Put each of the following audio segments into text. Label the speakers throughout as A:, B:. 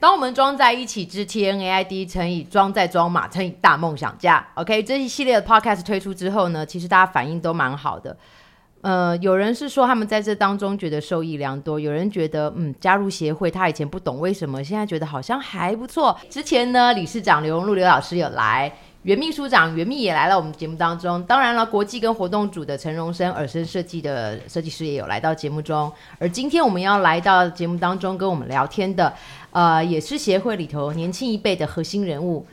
A: 帮我们装在一起之 T N A I D 乘以装在装马乘以大梦想家。OK，这一系列的 podcast 推出之后呢，其实大家反应都蛮好的。呃，有人是说他们在这当中觉得受益良多，有人觉得嗯，加入协会他以前不懂为什么，现在觉得好像还不错。之前呢，理事长刘荣禄刘老师有来，袁秘书长袁秘也来到我们节目当中，当然了，国际跟活动组的陈荣生耳身设计的设计师也有来到节目中，而今天我们要来到节目当中跟我们聊天的，呃，也是协会里头年轻一辈的核心人物。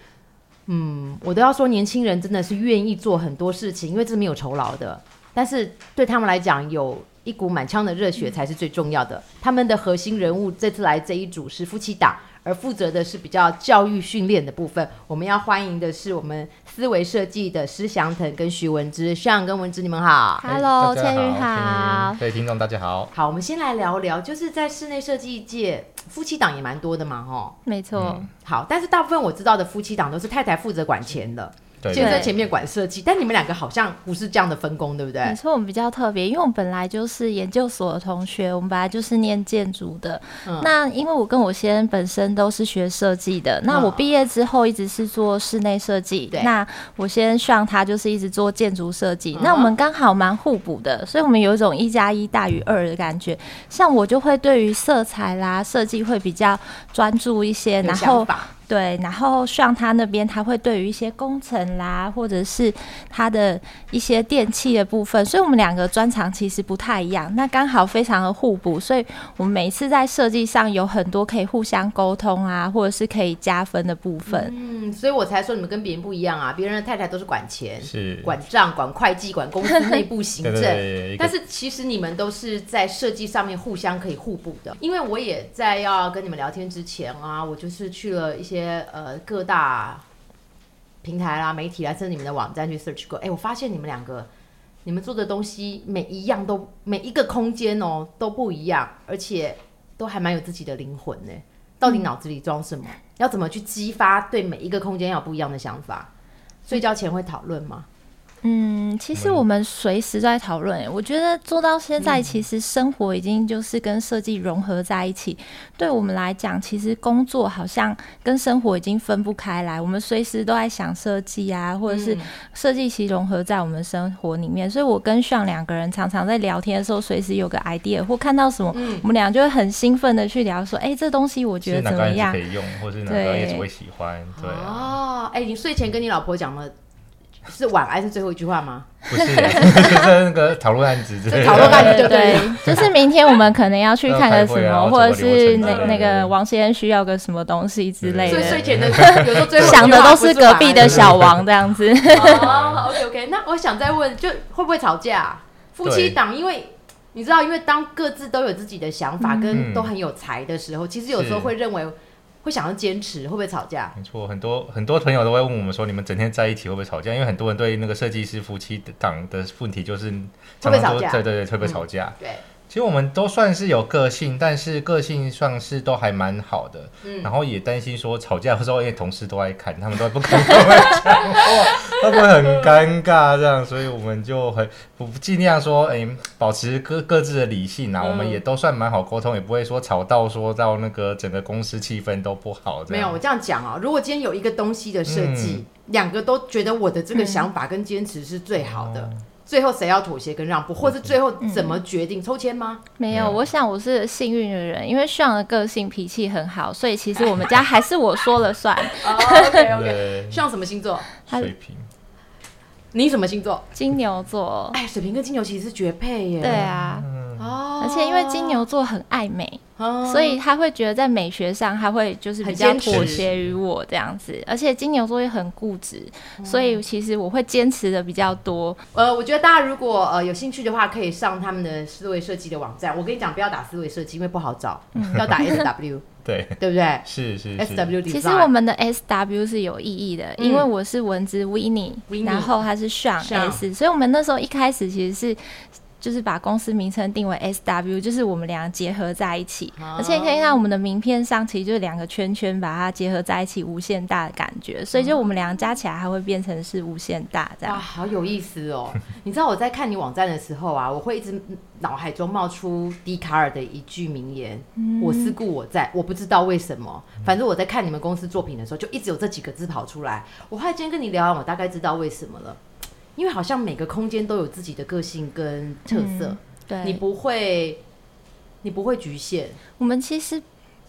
A: 嗯，我都要说，年轻人真的是愿意做很多事情，因为这没有酬劳的。但是对他们来讲，有一股满腔的热血才是最重要的。他们的核心人物这次来这一组是夫妻档，而负责的是比较教育训练的部分。我们要欢迎的是我们思维设计的施祥腾跟徐文之，徐阳跟文之，你们哎好。
B: Hello，
C: 大家
B: 千羽
C: 好，
B: 好
C: 千。各位听众大家好。
A: 好，我们先来聊聊，就是在室内设计界，夫妻档也蛮多的嘛，吼。
B: 没错，
A: 好，但是大部分我知道的夫妻档都是太太负责管钱的，
C: 对
A: 先
B: 现
A: 生前面管设计，但你们两个好像不是这样的分工，对不
B: 没
A: 对？
B: 错，我们比较特别，因为我们本来就是研究所的同学，我们本来就是念建筑的。
A: 嗯
B: 那因为我跟我先生本身都是学设计的，那我毕业之后一直是做室内设计，
A: 嗯对
B: 那我先上他就是一直做建筑设计
A: 嗯，
B: 那我们刚好蛮互补的，所以我们有一种一加一大于二的感觉。像我就会对于色彩啦设计会比较专注一些，
A: 有
B: 然
A: 想
B: 后
A: 法
B: 对，然后像他那边，他会对于一些工程啦，或者是他的一些电器的部分，所以我们两个专长其实不太一样，那刚好非常的互补，所以我们每一次在设计上有很多可以互相沟通啊，或者是可以加分的部分。
A: 嗯，所以我才说你们跟别人不一样啊，别人的太太都是管钱、
C: 是，
A: 管账、管会计、管公司内 部行
C: 对
A: 政。
C: 对对，一个
A: 但是其实你们都是在设计上面互相可以互补的，因为我也在要跟你们聊天之前啊，我就是去了一些呃各大平台啦、媒体啦，甚至你们的网站去 search 过，哎，我发现你们两个你们做的东西每一样都每一个空间哦都不一样，而且都还蛮有自己的灵魂呢。到底脑子里装什么？
C: 嗯
A: 要怎么去激发对每一个空间要有不一样的想法？
C: 嗯
A: 睡觉前会讨论吗？
B: 嗯，其实我们随时在讨论欸。我觉得做到现在，
C: 嗯
B: 其实生活已经就是跟设计融合在一起。对我们来讲，其实工作好像跟生活已经分不开来。我们随时都在想设计啊，或者
C: 嗯
B: 是设计其实融合在我们生活里面。所以我跟上两个人常常在聊天的时候，随时有个 idea 或看到什么，我们俩就会很兴奋的去聊说：“哎、这东西我
C: 是
B: 觉得
C: 嗯哪
B: 怎
C: 个
B: 么
C: 案子
B: 样
C: 可？”以用，或是哪个
B: 对
C: 业主会喜欢？对啊，
A: 哦，哎、你睡前跟你老婆讲了是晚安是最后一句话 吗？
C: 不是就是那个讨论案子之 类
A: 讨论
C: 的。
A: 案子
B: 对对，就是明天我们可能要去看个什
C: 要开会啊
B: 么，或者是
C: 要
B: 那
C: 怎么流程之类的
B: 那个王先生需要个什么东西之类
A: 所以
B: 的，
A: 睡前的有时候最后一句话
B: 想的都
A: 不是
B: 是隔壁的小王这 样子。
A: 晚安。哦，OK OK，那我想再问，就会不会吵架啊、夫妻档，因为你知道，因为当各自都有自己的想法，跟
C: 嗯
A: 都很有才的时候，其实有时候
C: 是
A: 会认为会想要坚持，会不会吵架？
C: 没错，很多很多朋友都会问我们说，你们整天在一起会不会吵架？因为很多人对那个设计师夫妻档的问题就是
A: 会不
C: 常
A: 会
C: 常
A: 吵
C: 都
A: 架嗯
C: 对对对会不会吵架？
A: 对，
C: 其实我们都算是有个性，但是个性算是都还蛮好的。
A: 嗯
C: 然后也担心说吵架的时候，因为哎同事都爱看，他们都不敢跟我们讲话，他们很尴尬这样，所以我们就很不尽量说，哎、保持各各自的理性啊。
A: 嗯
C: 我们也都算蛮好沟通，也不会说吵到说到那个整个公司气氛都不好这
A: 没有，
C: 样
A: 我。这样讲啊、如果今天有一个东西的设计，
C: 嗯
A: 两、个都觉得我的这个想法跟坚持是最好的，
C: 嗯
A: 最后谁要妥协跟让步，或是最后怎么决定、抽签吗？
B: 没有，我想我是幸运的人，因为炫的个性脾气很好，所以其实我们家还是我说了算。
A: 哦，OK OK。
C: 对，
A: 像什么星座？
B: 他
C: 水平
A: 你什么星座？
B: 金牛座，
A: 哎，水瓶跟金牛其实是绝配耶。
B: 对啊，
C: 嗯
A: 哦，
B: 而且因为金牛座很爱美，
A: 哦，
B: 所以他会觉得在美学上，他会就是比较
A: 很坚持
B: 妥协于我这样子，而且金牛座也很固执，所
A: 嗯
B: 以其实我会坚持的比较多。
A: 呃，我觉得大家如果呃有兴趣的话，可以上他们的思维设计的网站。我跟你讲，不要打思维设计，因为不好找，要打 SW，
C: 对，
A: 对不对
C: 是嗯是是。
A: ？SW
B: 其实我
A: Design。嗯
B: 们的 S W 是有意义的，因为我是文字 Winnie，
A: Winnie
B: 然后他是 Sean
A: Sean
B: S，所以我们那时候一开始其实是。就是把公司名称定为 SW，就是我们俩结合在一起，
A: 哦
B: 而且你可以看我们的名片上其实就是两个圈圈把它结合在一起，无限大的感觉，所以就我们俩加起来还会变成是无限大这
A: 嗯哇，
B: 样。
A: 好有意思哦！ 你知道我在看你网站的时候啊，我会一直脑海中冒出笛卡尔的一句名言：“
B: 嗯
A: 我思故我在。”我不知道为什么，反正我在看你们公司作品的时候，就一直有这几个字跑出来。我后来今天跟你聊完，我大概知道为什么了，因为好像每个空间都有自己的个性跟特色，你
B: 嗯对，
A: 不会，你不会局限。
B: 我们其实。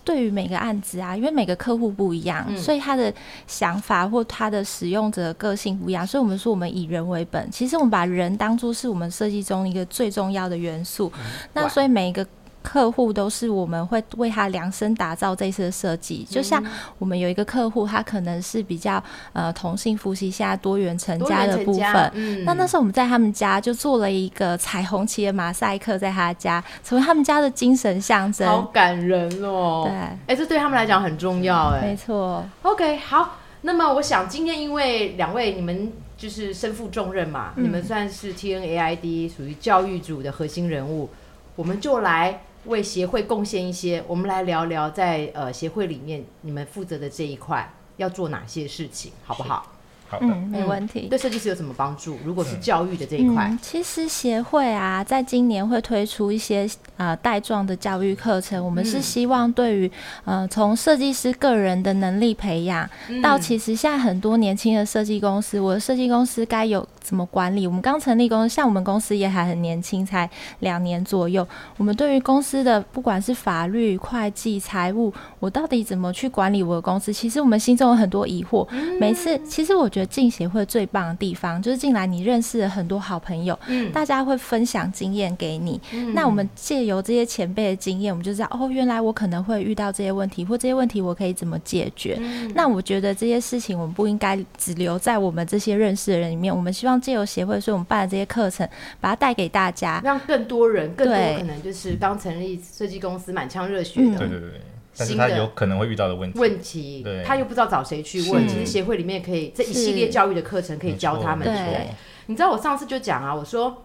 B: 对于每个案子啊，因为每个客户不一样，
A: 嗯
B: 所以他的想法或他的使用者的个性不一样，所以我们说我们以人为本。其实我们把人当做是我们设计中一个最重要的元素。
A: 嗯
B: 那
A: 对
B: 所以每一个客户都是我们会为他量身打造这一次的设计。
A: 嗯
B: 就像我们有一个客户，他可能是比较呃同性夫妻现在多元成
A: 多
B: 家
A: 元
B: 的
A: 成
B: 部
A: 家
B: 分。
A: 嗯
B: 那那时候我们在他们家就做了一个彩虹旗的马赛克，在他家成为他们家的精神象征。
A: 好感人哦！
B: 对
A: 哎、这对他们来讲很重要哎、
B: 没错，
A: OK，好，那么我想今天因为两位你们就是身负重任嘛，
B: 嗯
A: 你们算是 TNAID 属于教育组的核心人物，我们就来为协会贡献一些。我们来聊聊在呃协会里面你们负责的这一块要做哪些事情，好不好？
C: 好的，
B: 嗯，没问题。
A: 对设计师有什么帮助？如果是教育的这一块
B: 嗯，，其实协会啊，在今年会推出一些呃带状的教育课程。我们
A: 嗯
B: 是希望对于呃从设计师个人的能力培养，
A: 嗯
B: 到其实现在很多年轻的设计公司，我的设计公司该有怎么管理？我们刚成立公司，像我们公司也还很年轻，才两年左右。我们对于公司的不管是法律、会计、财务，我到底怎么去管理我的公司？其实我们心中有很多疑惑。每次，其实我觉得进协会最棒的地方就是进来你认识了很多好朋友，
A: 嗯
B: 大家会分享经验给你。那我们借由这些前辈的经验，我们就知道哦，原来我可能会遇到这些问题，或这些问题我可以怎么解决。那我觉得这些事情我们不应该只留在我们这些认识的人里面，我们希望借由协会，所以我们办的这些课程，把它带给大家。
A: 让更多人，更多
B: 对嗯
A: 可能就是刚成立设计公司满腔热血的
C: 对对对对，但是他
A: 嗯新的
C: 有可能会遇到的问题，
A: 问题
C: 对，
A: 他又不知道找谁去问。
C: 是
A: 其实协会里面可以这一系列教育的课程可以教他们。
C: 嗯
B: 没
A: 对
B: 错
A: 不对，你知道我上次就讲啊，我说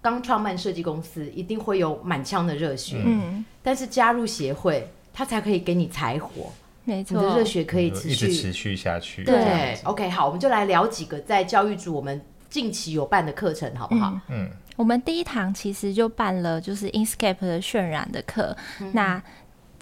A: 刚创办设计公司一定会有满腔的热血，
B: 嗯，
A: 但是加入协会，他才可以给你柴火，
B: 没
A: 你
B: 错，
A: 的热血可以
C: 就
A: 持
C: 嗯一直
A: 续。
C: 持续下去，这样
A: 对，OK，好，我们就来聊几个在教育组我们近期有办的课程，好不好？
C: 嗯，
B: 我们第一堂其实就办了就是 Inscape 的渲染的课，那。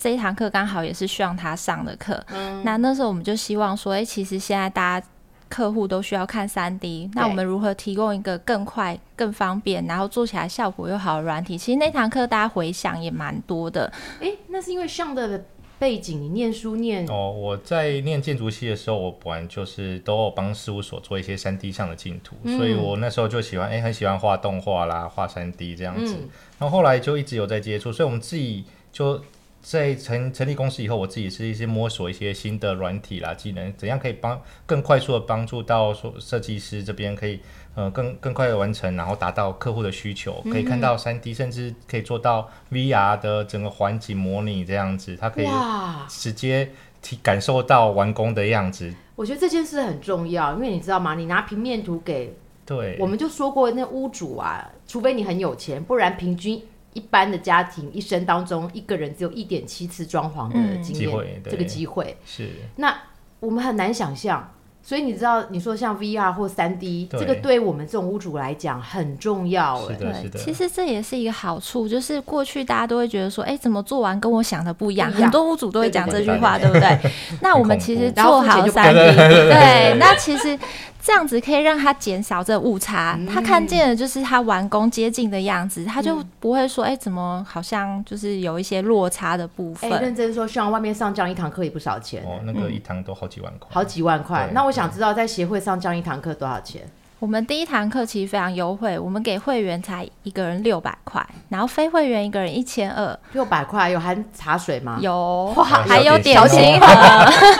B: 这一堂课刚好也是希望他上的课，那那时候我们就希望说，哎、其实现在大家客户都需要看三 D，那我们如何提供一个更快、更方便，然后做起来效果又好的软体？其实那堂课大家回想也蛮多的，
A: 诶，那是因为上的背景，你念书念
C: 哦，我在念建筑系的时候，我本来就是都有帮事务所做一些三 D 上的进图，所以我那时候就喜欢，哎、很喜欢画动画啦，画三 D 这样子。然后后来就一直有在接触，所以我们自己就在成成立公司以后，我自己是一些摸索一些新的软体啦技能，怎样可以帮更快速的帮助到说设计师这边可以呃更更快的完成，然后达到客户的需求，可以看到三 D，甚至可以做到 VR 的整个环境模拟这样子，它可以
A: 哇，
C: 直接体感受到完工的样子。
A: 我觉得这件事很重要，因为你知道吗？你拿平面图给
C: 对，
A: 我们就说过，那屋主啊，除非你很有钱，不然平均一般的家庭一生当中，一个人只有一点七次装潢的经
C: 嗯机
A: 验，
C: 会对
A: 这个机会，
C: 是
A: 那我们很难想象。所以你知道，你说像 VR 或3 D，
C: 对
A: 这个对我们这种屋主来讲很重要哎
C: 是。的，是的，
B: 其实这也是一个好处，就是过去大家都会觉得说，哎、怎么做完跟我想的不一样？
A: 不一样
B: 很多屋主都会讲
C: 对
B: 这
C: 对
B: 句话，对不对？那我们其实做
A: 然后
B: 好
A: 付钱就
B: 三 D，
A: 对
B: 对，那其实这样子可以让他减少这误差，他看见的就是他完工接近的样子，他就不会说，哎、怎么好像就是有一些落差的部
A: 哎
B: 分。，
A: 认真说，像外面上这样一堂课也不少钱，
C: 哦，那个一堂都好几万块，
A: 嗯好几万块。
C: 对
A: 那我想知道，在协会上这样一堂课多少钱？
B: 我们第一堂课其实非常优惠，我们给会员才一个人六百块，然后非会员一个人一千二，
A: 六百块，有含茶水吗？
B: 有
A: 啊哇
B: 还有点
C: 小
B: 心
C: 点
B: 盒。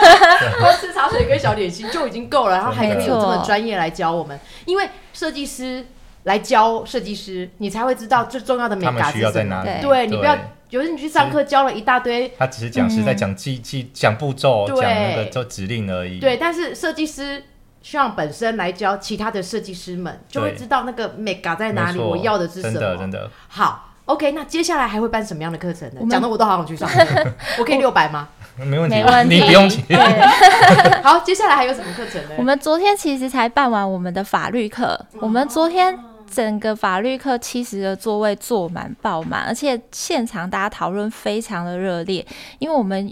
A: 光吃茶水跟小点心就已经够了，然后还可以有这么专业来教我们，因为设计师来教设计师，你才会知道最重要的美
C: 他们
A: 感
C: 需
A: 是
C: 要
A: 什
C: 在
A: 么。
C: 哪里？
B: 对
A: 对你不要，有时你去上课教了一大堆，
C: 他只是讲是在讲技技讲步骤，
A: 对
C: 讲那个叫指令而已。
A: 对，但是设计师让本身来教其他的设计师们，就会
C: 对
A: 知道那个 mega 在哪
C: 没
A: 里，
C: 错
A: 我要的是什么。
C: 真的真的，
A: 好，OK，那接下来还会办什么样的课程呢
B: 我？们
A: 讲的我都好想去 上课，我可以六百吗？
C: 没问题，
B: 没问题，
C: 你不用急。
B: 对
A: 好，接下来还有什么课程呢？
B: 我们昨天其实才办完我们的法律课，我们昨天整个法律课七十个座位坐满爆满，而且现场大家讨论非常的热烈，因为我们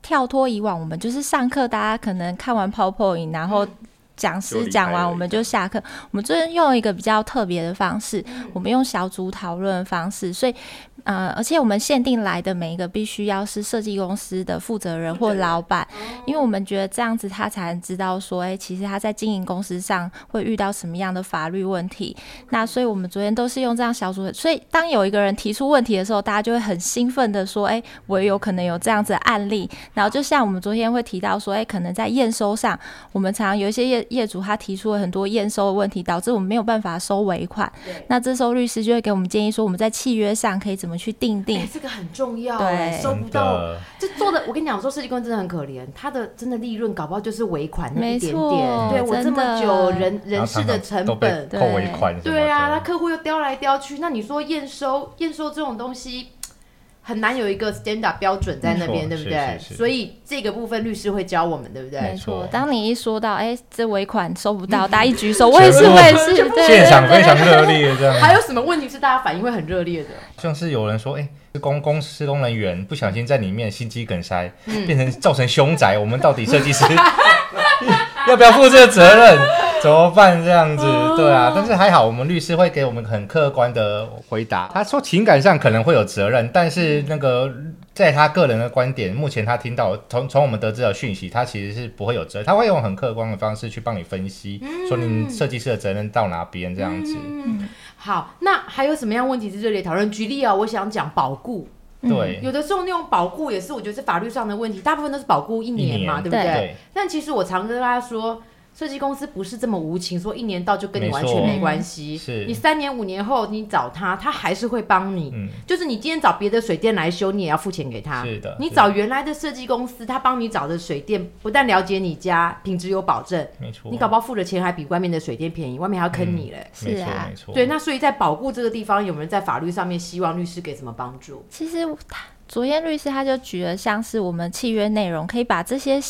B: 跳脱以往，我们就是上课大家可能看完 PowerPoint，然后。讲
D: 就
B: 师
D: 离
B: 讲
D: 开
B: 完，
D: 了
B: 我们就下课。我们最近用一个比较特别的方式，我们用小组讨论的方式，所以呃，而且我们限定来的每一个必须要是设计公司的负责人哦或老板，因为我们觉得这样子他才能知道说，哎、其实他在经营公司上会遇到什么样的法律问题。那所以我们昨天都是用这样小组，所以当有一个人提出问题的时候，大家就会很兴奋的说，哎、我也有可能有这样子的案例。然后就像我们昨天会提到说，哎、可能在验收上，我们常常有一些业业主他提出了很多验收的问题，导致我们没有办法收尾款。那这时候律师就会给我们建议说，我们在契约上可以怎么去定定
A: 哎、。这个很重要、
B: 对
A: 哎收不
C: 真
A: 到，
C: 的，
A: 这做的我跟你讲，说设计工真的很可怜，他的真的利润搞不好就是尾款那一点
B: 没
A: 点。
B: 错
A: 对我这么久人
B: 真的
A: 人
C: 然后
A: 事
C: 常常
A: 的成
C: 都被
A: 本，
C: 扣尾款什么的，
A: 对啊，那客户又刁来刁去，那你说验收验收这种东西。很难有一个 stand up 标准在那边，对
C: 没错
A: 不对？
C: 是是是
A: 所以这个部分律师会教我们，对不对
C: 没？
B: 没
C: 错
B: 错，当你一说到，哎、这尾款收不到，大家一举手，我也是，
C: 全部
B: 我也是，对对
C: 现场非
B: 对
C: 常热烈，这样。
A: 还有什么问题是大家反应会很热烈的？
C: 像是有人说，哎、施工公施工人员不小心在里面心肌梗塞，变成造成凶宅，我们到底设计师要不要负这个责任？怎么办？这样子，对啊，但是还好，我们律师会给我们很客观的回答。他说情感上可能会有责任，但是那个在他个人的观点，目前他听到从从我们得知的讯息，他其实是不会有责任，他会用很客观的方式去帮你分析，说你设计师的责任到哪边这样子。
A: 嗯好，那还有什么样问题是热烈讨论？举例啊、我想讲保固，
C: 对，
A: 有的时候那种保固也是我觉得是法律上的问题，大部分都是保固一年嘛，
C: 一年
A: 对不
B: 对
C: 对
A: 但其实我常跟大家说。设计公司不是这么无情，说一年到就跟你
C: 没
A: 完
C: 错嗯
A: 全没关系。
C: 是
A: 你三年五年后你找他，他还是会帮你。
C: 嗯
A: 就是你今天找别的水电来修，你也要付钱给他。
C: 是的
A: 你
C: 是的
A: 找原来的设计公司，他帮你找的水电不但了解你家，品质有保证，
C: 没错。
A: 你搞不好付的钱还比外面的水电便宜，外面还要坑你嘞。
C: 没
B: 是
C: 错
B: 啊
C: 没错，
A: 对，那所以在保固这个地方，有没有在法律上面希望律师给什么帮助？
B: 其实他昨天律师他就举了像是我们契约内容，可以把这些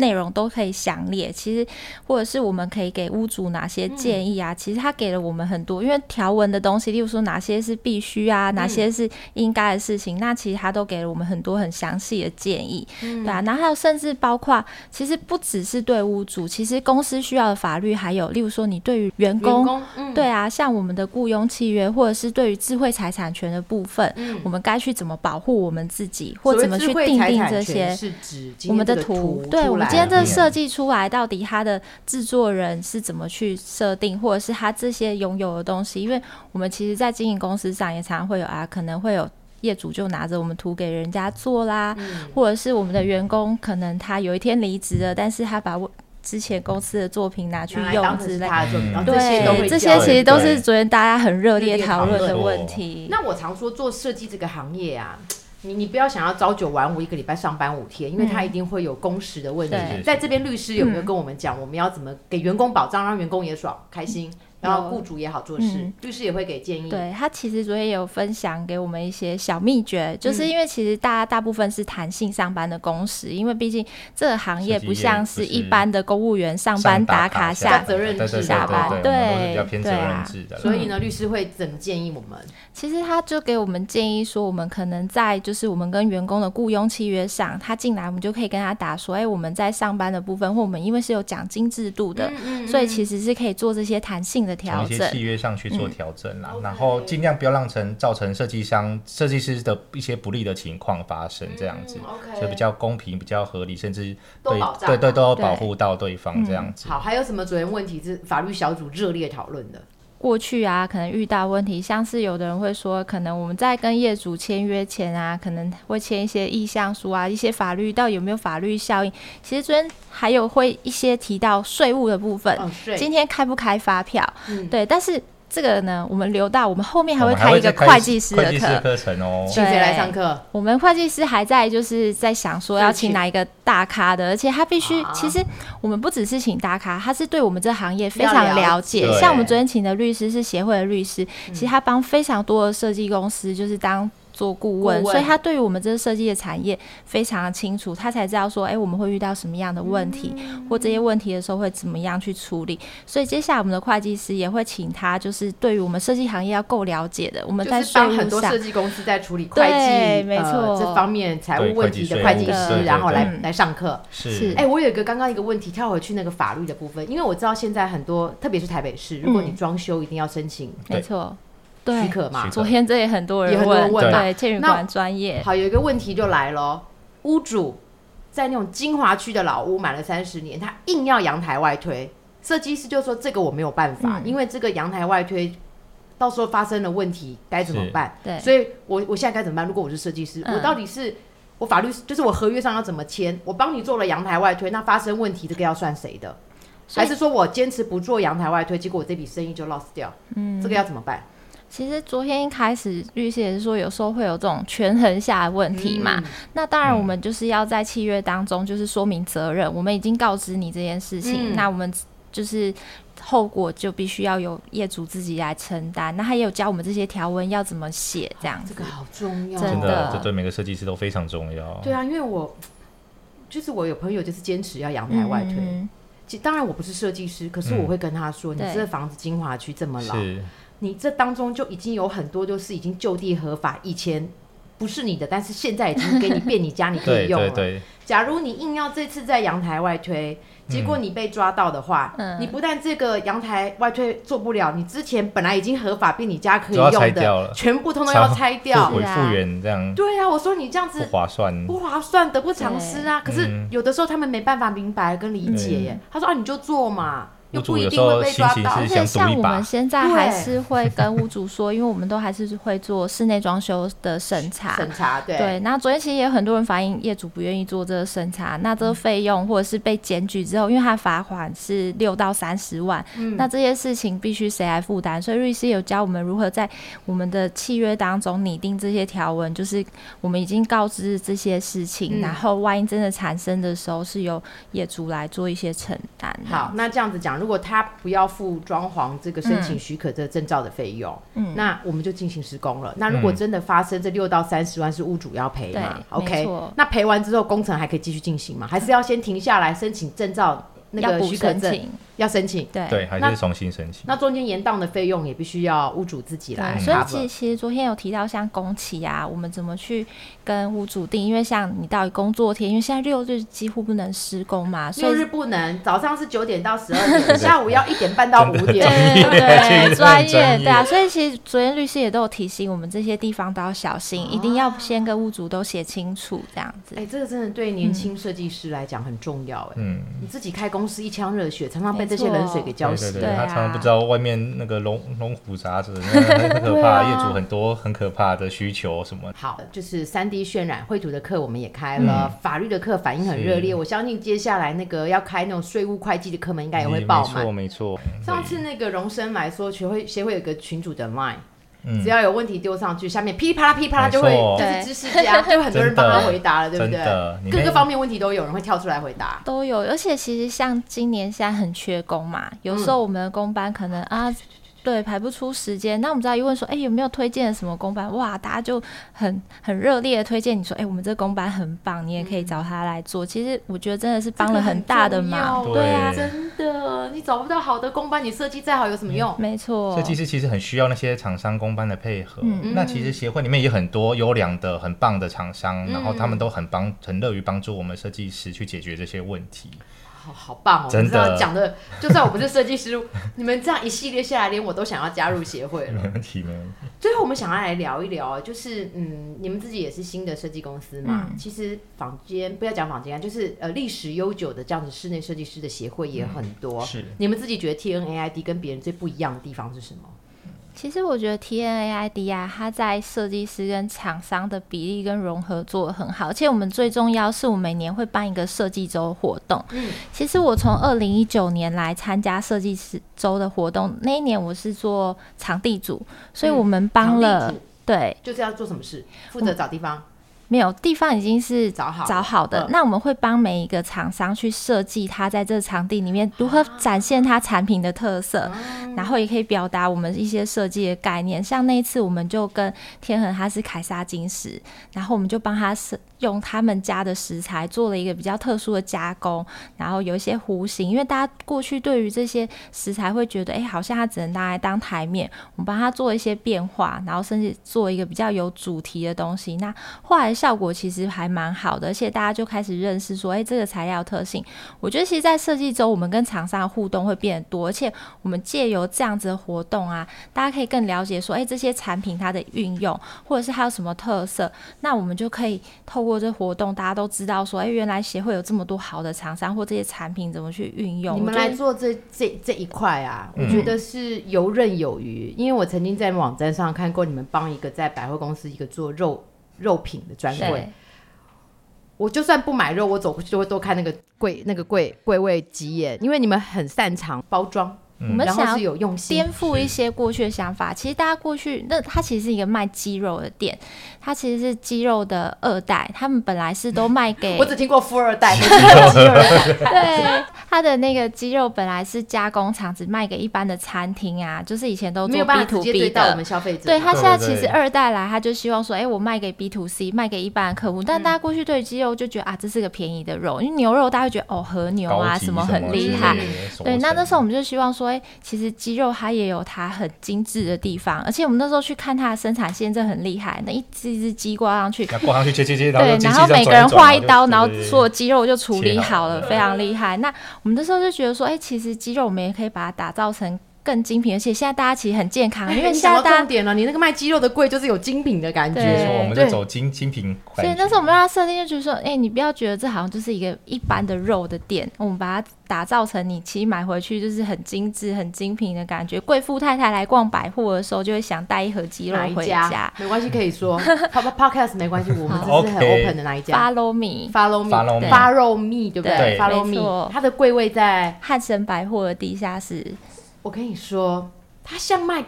B: 内容都可以详列。其实或者是我们可以给屋主哪些建议
A: 嗯
B: 啊？其实他给了我们很多，因为条文的东西，例如说哪些是必须
A: 嗯
B: 啊，哪些是应该的事情，那其实他都给了我们很多很详细的建议，
A: 嗯
B: 对啊。然后还有甚至包括，其实不只是对屋主，其实公司需要的法律还有，例如说你对于员工
A: 员工，嗯，
B: 对啊，像我们的雇佣契约，或者是对于智慧财产权的部分，我们该去怎么保护我们自
A: 嗯
B: 己，
A: 所
B: 或
A: 谓
B: 怎么
A: 智
B: 去
A: 慧
B: 定
A: 财
B: 定
A: 产
B: 这
A: 权
B: 些
A: 是指今
B: 我们
A: 天
B: 的
A: 这个
B: 图
A: 图。
B: 对，
A: 出
B: 我们
A: 来
B: 今天
A: 了
B: 这个
C: 嗯
B: 设计出来，到底它的制作人是怎么去设定，或者是他这些拥有的东西？因为我们其实，在经营公司上也常常会有啊，可能会有。业主就拿着我们图给人家做啦，
A: 嗯
B: 或者是我们的员工可能他有一天离职了，但是他把我之前公司的作品拿去
A: 拿来
B: 用
A: 当成
B: 之
A: 是
B: 类，
A: 他的作品，然后这些都
B: 对，
A: 会
B: 这
A: 教
B: 些
A: 的
B: 其实都是
C: 对
B: 昨天大家很热
A: 热
B: 烈
A: 烈
B: 讨
A: 讨哦
B: 论的
C: 论
B: 问题。
A: 那我常说做设计这个行业啊，你你不要想要朝九晚五，一个礼拜上班五天，因为它一定会有工时的问题。
B: 嗯对嗯
A: 在这边，律师有没有跟我们讲，我们要怎么给员工保障，让员工也爽开心，然后雇主也好做事
B: 嗯？
A: 律师也会给建议。
B: 对他其实昨天也有分享给我们一些小秘诀，就是
C: 嗯
B: 因为其实大家大部分是弹性上班的工时，因为毕竟这个行业
C: 设计
B: 不
C: 业
B: 像
C: 不
B: 是
C: 是
B: 一般的公务员上
C: 上
B: 班打
C: 卡
B: 卡
A: 下
B: 下
A: 班责任制
C: 下
A: 下
C: 班，
B: 班
C: 对对对我们都是比较
B: 对
C: 偏责
B: 对啊
C: 任制的啦，
A: 所以呢，律师会怎么建议我们？
B: 其实他就给我们建议说，我们可能在就是我们跟员工的雇佣契约上，他进来我们就可以跟他打说，哎，我们在上班的部分，或我们因为是有奖金制度的，所以其实是可以做这些弹性的
C: 嗯从
B: 调
C: 一
B: 整。
C: 些契约上去做调整啦，然后尽量不要让成造成设计商、设计师的一些不利的情况发生，这样子，
A: OK
C: 所以比较公平、比较合理，甚至
A: 都
C: 对
A: 保障嗯
C: 对对都要
B: 对
C: 保护到对方这样子。
A: 好，还有什么昨天问题是法律小组热烈讨论的？
B: 过去啊，可能遇到问题，像是有的人会说，可能我们在跟业主签约前啊，可能会签一些意向书啊，一些法律到底有没有法律效应？其实昨天还有会一些提到税务的部分，
A: 嗯，税
B: 今天开不开发票？
A: 嗯
B: 呃对，但是这个呢，我们留到我们后面还会
C: 我们还
B: 开一个
C: 再开
B: 会计师
C: 会
B: 的
C: 计师
B: 课
C: 的。课程哦。
A: 请谁来上课？
B: 我们会计师还在就是在想说要请哪一个大咖的，而且他必须
A: 啊，
B: 其实我们不只是请大咖，他是对我们这行业非常
A: 要了
B: 了
A: 解嗯
B: 解。
C: 对
B: 像我们昨天请的律师是协会的律师，其实他帮非常多的设计公司就是当。做顾问，
A: 顾问
B: 所以他对于我们这个设计的产业非常的清楚，他才知道说，哎、我们会遇到什么样的问题，
A: 嗯
B: 或这些问题的时候会怎么样去处理。所以接下来我们的会计师也会请他，就是对于我们设计行业要够了解的，我们
A: 就
B: 在
A: 是
B: 税
A: 帮
B: 务
A: 很多
B: 上
A: 设计公司在处理会
B: 对
A: 计，呃
B: 没错
A: 这方面财务
C: 对
A: 问题的会
C: 会
A: 计
C: 计
B: 税务
A: 师，
B: 对
A: 然后来
B: 对对
A: 来上课。
C: 是
B: 是
A: 哎、我有一个刚刚一个问题，跳回去那个法律的部分，因为我知道现在很多，特别是台北市，如果你装修一定要申请
B: 没错，嗯对，
A: 许可嘛
C: 许。
B: 昨天这也很多人
A: 也很多人啊
C: 问嘛
B: 对，倩女
A: 那
B: 馆专业，
A: 好，有一个问题就来咯，屋主在那种精华区的老屋买了三十年，他硬要阳台外推，设计师就说这个我没有办法，
B: 嗯
A: 因为这个阳台外推到时候发生了问题该怎么
C: 是
A: 办？
B: 对，
A: 所以我我现在该怎么办？如果我是设计师，
B: 嗯
A: 我到底是我法律就是我合约上要怎么签？我帮你做了阳台外推，那发生问题这个要算谁的？
B: 所
A: 还
B: 以
A: 是说我坚持不做阳台外推，结果我这笔生意就 lost 掉？嗯，这个要怎么办？
B: 其实昨天一开始律师也是说，有时候会有这种权衡下的问题嘛。
A: 嗯
B: 那当然，我们就是要在契约当中就是说明责任，我们已经告知你这件事情，
A: 嗯
B: 那我们就是。后果就必须要由业主自己来承担。那他也有教我们这些条文要怎么写，这样
A: 这
B: 子。
A: 个好重要，哦
B: 真
C: 真的
B: 的，
C: 这对每个设计师都非常重要。
A: 对啊，因为我就是我有朋友就是坚持要阳台外推，
B: 嗯
A: 其当然我不是设计师，可是我会跟他说，你
B: 对
A: 这房子精华区这么老，
C: 嗯是
A: 你这当中就已经有很多就是已经就地合法，以前不是你的，但是现在已经给你变你家，你可
C: 对
A: 以用
C: 对
A: 了。
C: 对，
A: 假如你硬要这次在阳台外推，结
C: 嗯
A: 果你被抓到的话，
B: 嗯
A: 你不但这个阳台外推做不了，你之前本来已经合法并你家可以
C: 都要拆
A: 用
C: 掉
A: 的
C: 了，
A: 全部通通要拆掉
C: 复。回
B: 是啊
C: 复原这样
A: 对啊，我说你这样
C: 不
A: 子
C: 划算。
A: 不划算，得不偿失啊。可是
C: 嗯
A: 有的时候他们没办法明白跟理解耶。他说啊，你就做嘛，又
C: 屋主
A: 不一
C: 有
A: 定
C: 时
A: 会
C: 候
A: 被
C: 心
A: 抓
C: 情
A: 到
B: 而。
C: 是
B: 且
C: 想
B: 像
C: 赌一
B: 我
C: 把
B: 们现在
A: 对
B: 还是会跟屋主说，因为我们都还是会做室内装修的审查。
A: 审查对
B: 对，那昨天其实也有很多人反映业主不愿意做这个审查，那
A: 嗯
B: 这个费用或者是被检举之后，因为他罚款是六到三十万，
A: 嗯
B: 那这些事情必须谁来负担？所以律师有教我们如何在我们的契约当中拟定这些条文，就是我们已经告知这些事情，
A: 嗯
B: 然后万一真的产生的时候，是由业主来做一些承担。
A: 好，，那这样子讲，如果他不要付装潢这个申请许可这证照的费用，
B: 嗯
A: 那我们就进行施工了。那如果真的发生这六到三十万是屋主要赔嘛
B: 对没
A: ？OK，
B: 错
A: 那赔完之后工程还可以继续进行吗？还是要先停下来申请证照那
B: 要
A: 个
B: 补
A: 许可
B: 申
A: 证
B: 请，
A: 要申请？
B: 对。
C: 对，还
A: 那
C: 是重新申请。
A: 那中间延宕的费用也必须要屋主自己来
B: 对，所以
A: cover。
B: 其实其实昨天有提到像工期啊，我们怎么去跟屋主定？因为像你到底工作天，因为现在六日几乎不能施工嘛，所
A: 六
B: 以
A: 日不能，早上是九点到十二 点，下午要一点半到五
B: 对
A: 点。
B: 对对，
C: 真的
B: 专
C: 专
B: 业
C: 业
B: 对啊，所以其实昨天律师也都有提醒我们这些地方都要小心，一定要先跟屋主都写清楚这样子
A: 哎、。这个真的对年轻设计师来讲很重要哎、
C: 嗯，
A: 你自己开公司一腔热血，常常被这些
B: 没错
A: 冷水给浇
C: 对
A: 熄
C: 对
A: 了。
B: 对
C: 对，他常常
B: 啊
C: 不知道外面那个龙龙虎杂 子，那个很可怕，
B: 对啊
C: 业主很多很可怕的需求什么。
A: 好，就是三 D 渲染绘图的课我们也开了，法律的课反应很热烈。
C: 嗯是
A: 我相信接下来那个要开那种税务会计的课们，
B: 啊
A: 应该也会
C: 没
A: 爆
C: 错
A: 满。
C: 没错。
A: 上次那个荣升来说，学会协会有个群主的 Line，、
C: 嗯
A: 只要有问题丢上去，下面噼里啪啦噼里啪啦就会
C: 没错
A: 就是知识家，就很多人帮他回答了，对不
C: 真
A: 对
C: 的？你
A: 各
C: 那
A: 个方面问题都有人会跳出来回答。
B: 都有，而且其实像今年现在很缺工嘛，有时
A: 嗯
B: 候我们的工班可能、啊，对排不出时间，那我们只要一问说，哎、有没有推荐什么工班？哇，大家就很很热烈的推荐你说，哎、我们这工班很棒，你也
A: 嗯
B: 可以找他来做。其实我觉得真的是帮了很大的忙，
A: 这个很重要
B: 对啊，
A: 真的，你找不到好的工班，你设计再好有什么用？
C: 嗯
B: 没错，
C: 设计师其实很需要那些厂商公班的配合。
B: 嗯
C: 那其实协会里面也很多优良的、很棒的厂商，
A: 嗯
C: 然后他们都很帮、很乐于帮助我们设计师去解决这些问题。
A: 好好棒哦！
C: 真的
A: 你知道讲的，就算我不是设计师， 你们这样一系列下来，连我都想要加入协会了。
B: 嗯
C: 没问题，没问题。
A: 最后，我们想要来聊一聊，就是嗯，你们自己也是新的设计公司嘛？
B: 嗯
A: 其实坊间不要讲坊间啊，就是呃历史悠久的这样子室内设计师的协会也很多。
B: 嗯
C: 是
A: 你们自己觉得 TNAID 跟别人最不一样的地方是什么？
B: 其实我觉得 T N A I D 啊，它在设计师跟厂商的比例跟融合做得很好，而且我们最重要是我们每年会办一个设计周活动。
A: 嗯
B: 其实我从二零一九年来参加设计师周的活动，那一年我是做场地组，所以我们帮
A: 嗯场
B: 了、
A: 地主
B: 对
A: 就是要做什么事，负责找地方，
B: 没有地方已经是
A: 找好了
B: 找好的，
A: 嗯
B: 那我们会帮每一个厂商去设计它在这场地里面如何展现它产品的特色，
A: 哦
B: 然后也可以表达我们一些设计的概念。像那一次，我们就跟天恒他是凯撒金石，然后我们就帮他设用他们家的食材做了一个比较特殊的加工，然后有一些弧形，因为大家过去对于这些食材会觉得，哎，好像它只能拿来当台面，我们帮它做一些变化，然后甚至做一个比较有主题的东西。那后来效果其实还蛮好的，而且大家就开始认识说，哎，这个材料特性。我觉得其实，在设计中，我们跟厂商的互动会变得多，而且我们借由这样子的活动啊，大家可以更了解说，哎，这些产品它的运用，或者是它有什么特色，那我们就可以透过这活动，大家都知道说，哎，原来协会有这么多好的厂商或这些产品怎么去运用。
A: 你们
B: 我觉得嗯
A: 来做这这这一块啊，我觉得是游刃有余，因为我曾经在网站上看过你们帮一个在百货公司一个做肉肉品的专柜，
B: 对
A: 我就算不买肉，我走过去就会多看那个柜那个柜柜位几眼，因为你们很擅长包装，
B: 我们
A: 然后
B: 想
A: 是
B: 要
A: 有用心
B: 颠覆一些过去的想法。其实大家过去，那它其实是一个卖鸡肉的店，它其实是鸡肉的二代，他们本来是都卖给
A: 我只听过富二代，没听过饥饿人。
B: 对它的那个鸡肉本来是加工厂只卖给一般的餐厅啊，就是以前都
A: 没有
B: 做
A: 办法
B: B
A: 直
B: to
A: 接对
B: B
A: 到我
B: 的
A: 们。消费者。
B: 对他现在其
C: 对
B: 实
C: 对
B: 二代来，他就希望说，哎、我卖给 B to C，卖给一般的客户。
A: 嗯
B: 但大家过去对鸡肉就觉得啊，这是个便宜的肉，因为牛肉大家会觉得哦，和牛
C: 高
B: 啊
C: 级
B: 什么很
C: 之
B: 厉
C: 类
B: 害，
C: 的
B: 对，那那时候我
C: 熟成
B: 们就希望说，哎、其实鸡肉它也有它很精致的地方，而且我们那时候去看它的生产线，真的很厉害，那一只一只鸡挂上去，
C: 那挂上去切切切，
B: 对，
C: 机器
B: 然后
C: 这样
B: 每个
C: 转
B: 人划一
C: 转
B: 刀，然后
C: 对对对
B: 所有鸡肉就处理
C: 切好
B: 好了，非常厉害。那我们那时候就觉得说，哎、其实鸡肉我们也可以把它打造成更精品，而且现在大家其实很健康，因为
A: 哎你
B: 现
A: 讲
B: 在
A: 到
B: 大
A: 重
B: 家。
A: 点了，你那个卖鸡肉的柜就是有精品的感
C: 就是
A: 觉
B: 对。
C: 说我们
A: 对
C: 在走精精品款
B: 所
C: 型，
B: 以那时候我们让他设定就觉得说，哎、你不要觉得这好像就是一个一般的肉的店，我们把它打造成你其实买回去就是很精致、很精品的感觉。贵妇太太来逛百货的时候，就会想带一盒鸡肉
A: 哪一
B: 回
A: 家
B: 家。
A: 没关系，可以 说 Po- po- podcast 没关系，我们
C: 好
A: 这是很
C: OK
A: open 的那一家。
B: Follow me，
A: Follow me,
C: Follow
A: me,
C: me
A: follow me，对不对
C: 对
A: ？Follow
B: 没错
A: me，它的柜位在，
B: 汉神百货的地下室。
A: 我跟你说，它像卖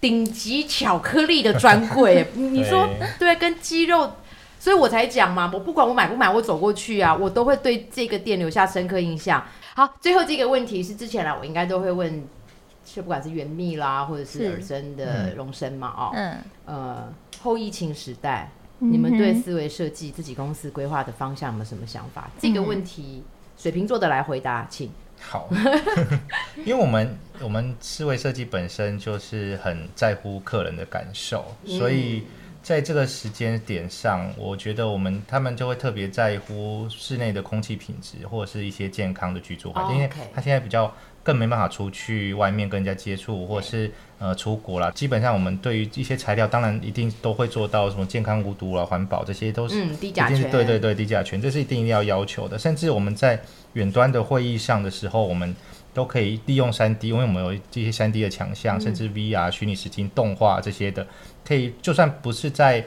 A: 顶级巧克力的专 柜。你你说对，跟鸡肉，所以我才讲嘛，我不管我买不买，我走过去啊，我都会对这个店留下深刻印象。好，最后这个问题是之前啦，啊我应该都会问，是不管是原蜜啦，或者是
B: 是
A: 耳生的荣生嘛，哦，
B: 嗯，
A: 呃，后疫情时代，你们对思维设计、自己公司规划的方向有没有什么想法？这个问题，水瓶座的来回答，请。
C: 好， 因为我们我们思维设计本身就是很在乎客人的感受，所以在这个时间点上，我觉得我们他们就会特别在乎室内的空气品质或者是一些健康的居住环境，因为
A: OK
C: 他现在比较更没办法出去外面跟人家接触，或是呃出国啦。基本上我们对于一些材料，当然一定都会做到什么健康无毒啦、环保，这些都是
A: 嗯低甲
C: 一定是
A: 醛
C: 对对对，低甲醛，这是一定要要求的。甚至我们在远端的会议上的时候，我们都可以利用三 D，因为我们有这些三 D 的强项，
A: 嗯
C: 甚至 VR 虚拟实境动画这些的，可以就算不是在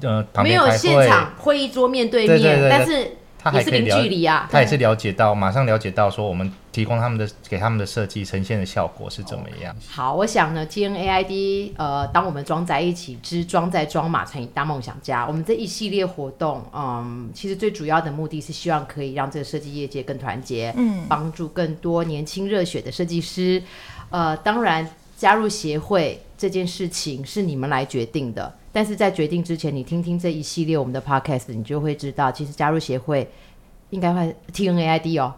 C: 呃旁
A: 没
C: 边
A: 有
C: 开
A: 现
C: 会，
A: 场会议桌面对面，
C: 对对对
A: 但是
C: 他
A: 也
C: 还
A: 是
C: 可以
A: 零
C: 了
A: 距离啊。
C: 他也是了解到，马上了解到说我们提供他们的给他们的设计呈现的效果是怎么样。
A: 好，我想呢，T N A I D，呃，当我们装在一起之装在装马乘以大梦想家，我们这一系列活动，嗯，其实最主要的目的是希望可以让这个设计业界更团结，嗯，帮助更多年轻热血的设计师，呃，当然加入协会这件事情是你们来决定的，但是在决定之前，你听听这一系列我们的 podcast，你就会知道，其实加入协会应该会 T N A I D 哦，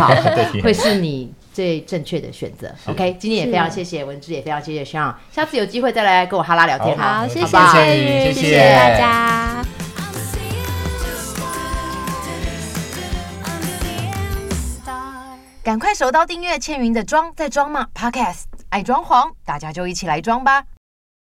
A: 好。
C: 对，
A: 会是你最正确的选择。OK，今天也非常谢谢文芝，也非常谢谢尚，下次有机会再来跟我哈拉聊天啊
C: 好
B: 好，谢谢
A: 好吧
B: 谢宇，
C: 谢谢
B: 谢谢大家。
D: I'm seeing stars. I'm seeing stars.
A: 赶快手刀订阅倩云的《装在装嘛》Podcast，爱装潢，大家就一起来装吧。